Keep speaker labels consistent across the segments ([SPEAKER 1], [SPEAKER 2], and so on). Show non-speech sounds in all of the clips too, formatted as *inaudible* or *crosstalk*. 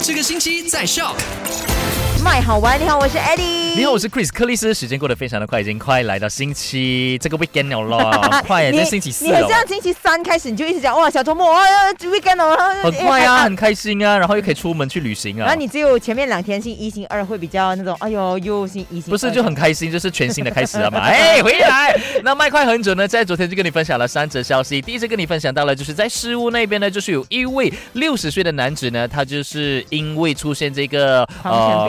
[SPEAKER 1] 这个星期在 Shock。
[SPEAKER 2] 麦好玩，你好，我是 Eddie。
[SPEAKER 3] 你好，我是 Chris 克里斯。时间过得非常的快，已经快来到星期这个 weekend 了
[SPEAKER 2] *laughs*
[SPEAKER 3] 咯，快耶，
[SPEAKER 2] 你
[SPEAKER 3] 这星期四哦
[SPEAKER 2] 你很
[SPEAKER 3] 了。
[SPEAKER 2] 像星期三开始，你就一直讲哇，小周末，哇要，weekend 哦，然后
[SPEAKER 3] 很快啊，
[SPEAKER 2] 哎
[SPEAKER 3] 很开心啊，然后又可以出门去旅行啊。
[SPEAKER 2] 然后你只有前面两天星一星二会比较那种，哎呦，又星一星
[SPEAKER 3] 不是就
[SPEAKER 2] 很。
[SPEAKER 3] 很开心，就是全新的开始
[SPEAKER 2] *laughs*
[SPEAKER 3] 了嘛。哎，回来。那麦快很准呢，在昨天就跟你分享了三则消息。第一次跟你分享到了，就是在事务那边呢，就是有一位六十岁的男子呢，他就是因为出现这个呃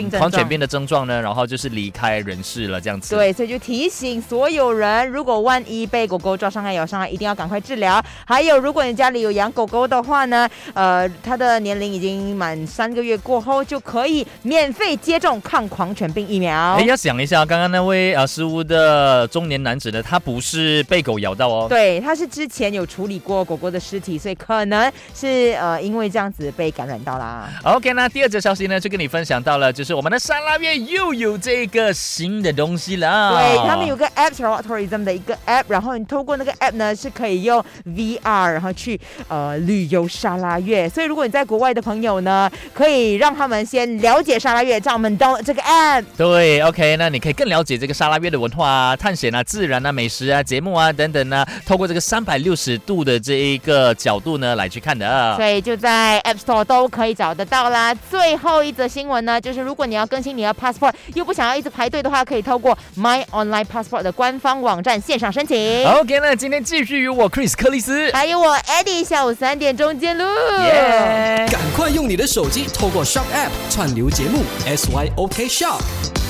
[SPEAKER 2] 狂犬病症状
[SPEAKER 3] 狂犬病的症状呢，然后就是离开人世了，这样子。。
[SPEAKER 2] 对，所以就提醒所有人，如果万一被狗狗抓伤害、哎咬伤害，一定要赶快治疗。还有，如果你家里有养狗狗的话呢，呃，它的年龄已经满三个月过后，就可以免费接种抗狂犬病疫苗
[SPEAKER 3] 哎，。要想一下，刚刚那位啊失误的中年男子呢，他不是被狗咬到哦，
[SPEAKER 2] 对，它是之前有处理过狗狗的尸体，所以可能是呃因为这样子被感染到啦。
[SPEAKER 3] OK，那第二则消息呢，就跟你分享到了，就是我们的沙拉月又有这个新的东西啦。
[SPEAKER 2] 对他们有个 app Sarawak Tourism 的一个 app，然后你透过那个 app 呢是可以用 VR 然后去呃旅游沙拉越，所以如果你在国外的朋友呢，可以让他们先了解沙拉越，叫我们 download 这个 app。
[SPEAKER 3] 对，OK，那你可以更了解这个沙拉越的文化啊、探险啊、自然啊、美食啊、节目啊等等呢、透过这个三百六十度的这一个角度呢来去看的。啊
[SPEAKER 2] 所以就在 App Store 都可以找得到啦。最后一则新闻呢，就是如果你要更新你的 passport，又不想要一直排队的话，可以透过 My Online Passport 的官方网站线上申请。
[SPEAKER 3] OK，那今天继续与我 Chris 克里斯。
[SPEAKER 2] 还有我 Eddie，下午三点钟见喽。
[SPEAKER 3] 耶
[SPEAKER 1] 赶快用你的手机透过 Shock App 串流节目 SYOK Shock。